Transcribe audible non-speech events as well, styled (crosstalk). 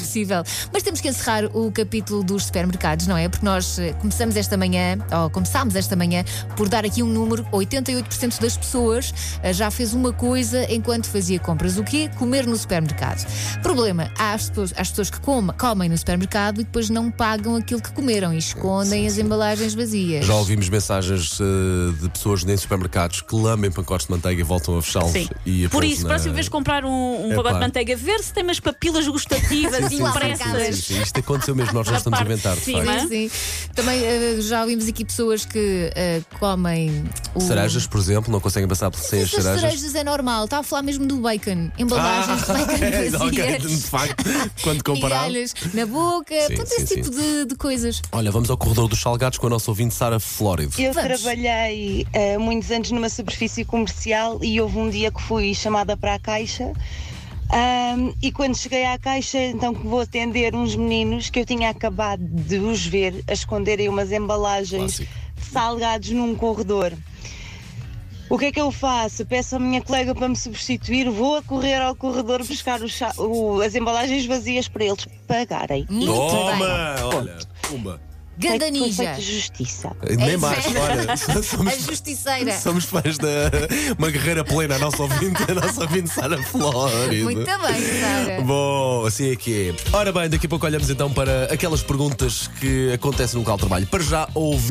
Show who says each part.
Speaker 1: possível. Mas temos que encerrar o capítulo dos supermercados, não é? Porque nós eh, começamos esta manhã, ou começámos esta manhã, por dar aqui um número: 88% das pessoas eh, já fez uma coisa enquanto fazia compras. O quê? Comer no supermercado. Problema: há as pessoas, há as pessoas que coma- comem no supermercado e depois não pagam aquilo que comeram e escondem as embalagens vazias.
Speaker 2: Já ouvimos mensagens eh, de pessoas em supermercados que lamem pacotes de manteiga e voltam a fechá-los.
Speaker 3: Sim.
Speaker 2: e a
Speaker 3: Por
Speaker 2: pôr
Speaker 3: isso,
Speaker 2: na-
Speaker 3: próxima vez que comprar um, um
Speaker 2: Epá.
Speaker 3: pacote de manteiga, ver se tem as papilas gustativas
Speaker 1: Sim, sim,
Speaker 2: Sim,
Speaker 3: impressas.
Speaker 2: sim, isto aconteceu mesmo, nós não é?
Speaker 3: Da
Speaker 2: estamos a
Speaker 3: parte de
Speaker 2: inventar. de
Speaker 3: cima.
Speaker 2: facto.
Speaker 3: Hã?
Speaker 1: Sim, sim. Também eh, já ouvimos aqui pessoas que eh, comem o.
Speaker 2: Cerejas, por exemplo, não conseguem passar por- sem as
Speaker 1: Mas as
Speaker 2: cerejas. Ah,
Speaker 1: cerejas é normal, está a falar mesmo do bacon, embalagens de
Speaker 2: (laughs)
Speaker 1: bacon
Speaker 2: é ok, de
Speaker 1: vazias,
Speaker 2: facto, quando comparado.
Speaker 1: migalhas na boca,
Speaker 2: Sim,
Speaker 1: todo
Speaker 2: sim,
Speaker 1: esse tipo de, de coisas.
Speaker 2: Olha, vamos ao corredor dos salgados com a nossa ouvinte Sara Flórido.
Speaker 4: Eu
Speaker 1: Vamos.
Speaker 4: trabalhei eh, muitos anos numa superfície comercial e houve um dia que fui chamada para a caixa. ahm, e quando cheguei à caixa, então que vou atender uns meninos que eu tinha acabado de os ver a esconderem umas embalagens
Speaker 2: Clássico.
Speaker 4: de salgados num corredor. O que é que eu faço? Peço à minha colega para me substituir, vou a correr ao corredor buscar os sa- o- as embalagens vazias para eles pagarem. é
Speaker 1: Muito bem.
Speaker 2: Toma! Olha, uma.
Speaker 4: Foi-
Speaker 1: Ganda
Speaker 4: foi
Speaker 1: ninja.
Speaker 4: feita justiça.
Speaker 2: Nem
Speaker 3: É
Speaker 1: isso.
Speaker 2: mais, olha.
Speaker 1: A
Speaker 2: (laughs) Somos,
Speaker 1: justiceira.
Speaker 2: somos fãs da uma guerreira plena, a nossa ouvinte, a nossa ouvinte Sara Flórido.
Speaker 1: Muito bem, Sara.
Speaker 2: Bom, assim é que é. Ora bem, daqui a pouco olhamos então para aquelas perguntas que acontecem no local de trabalho. Para já, ouve.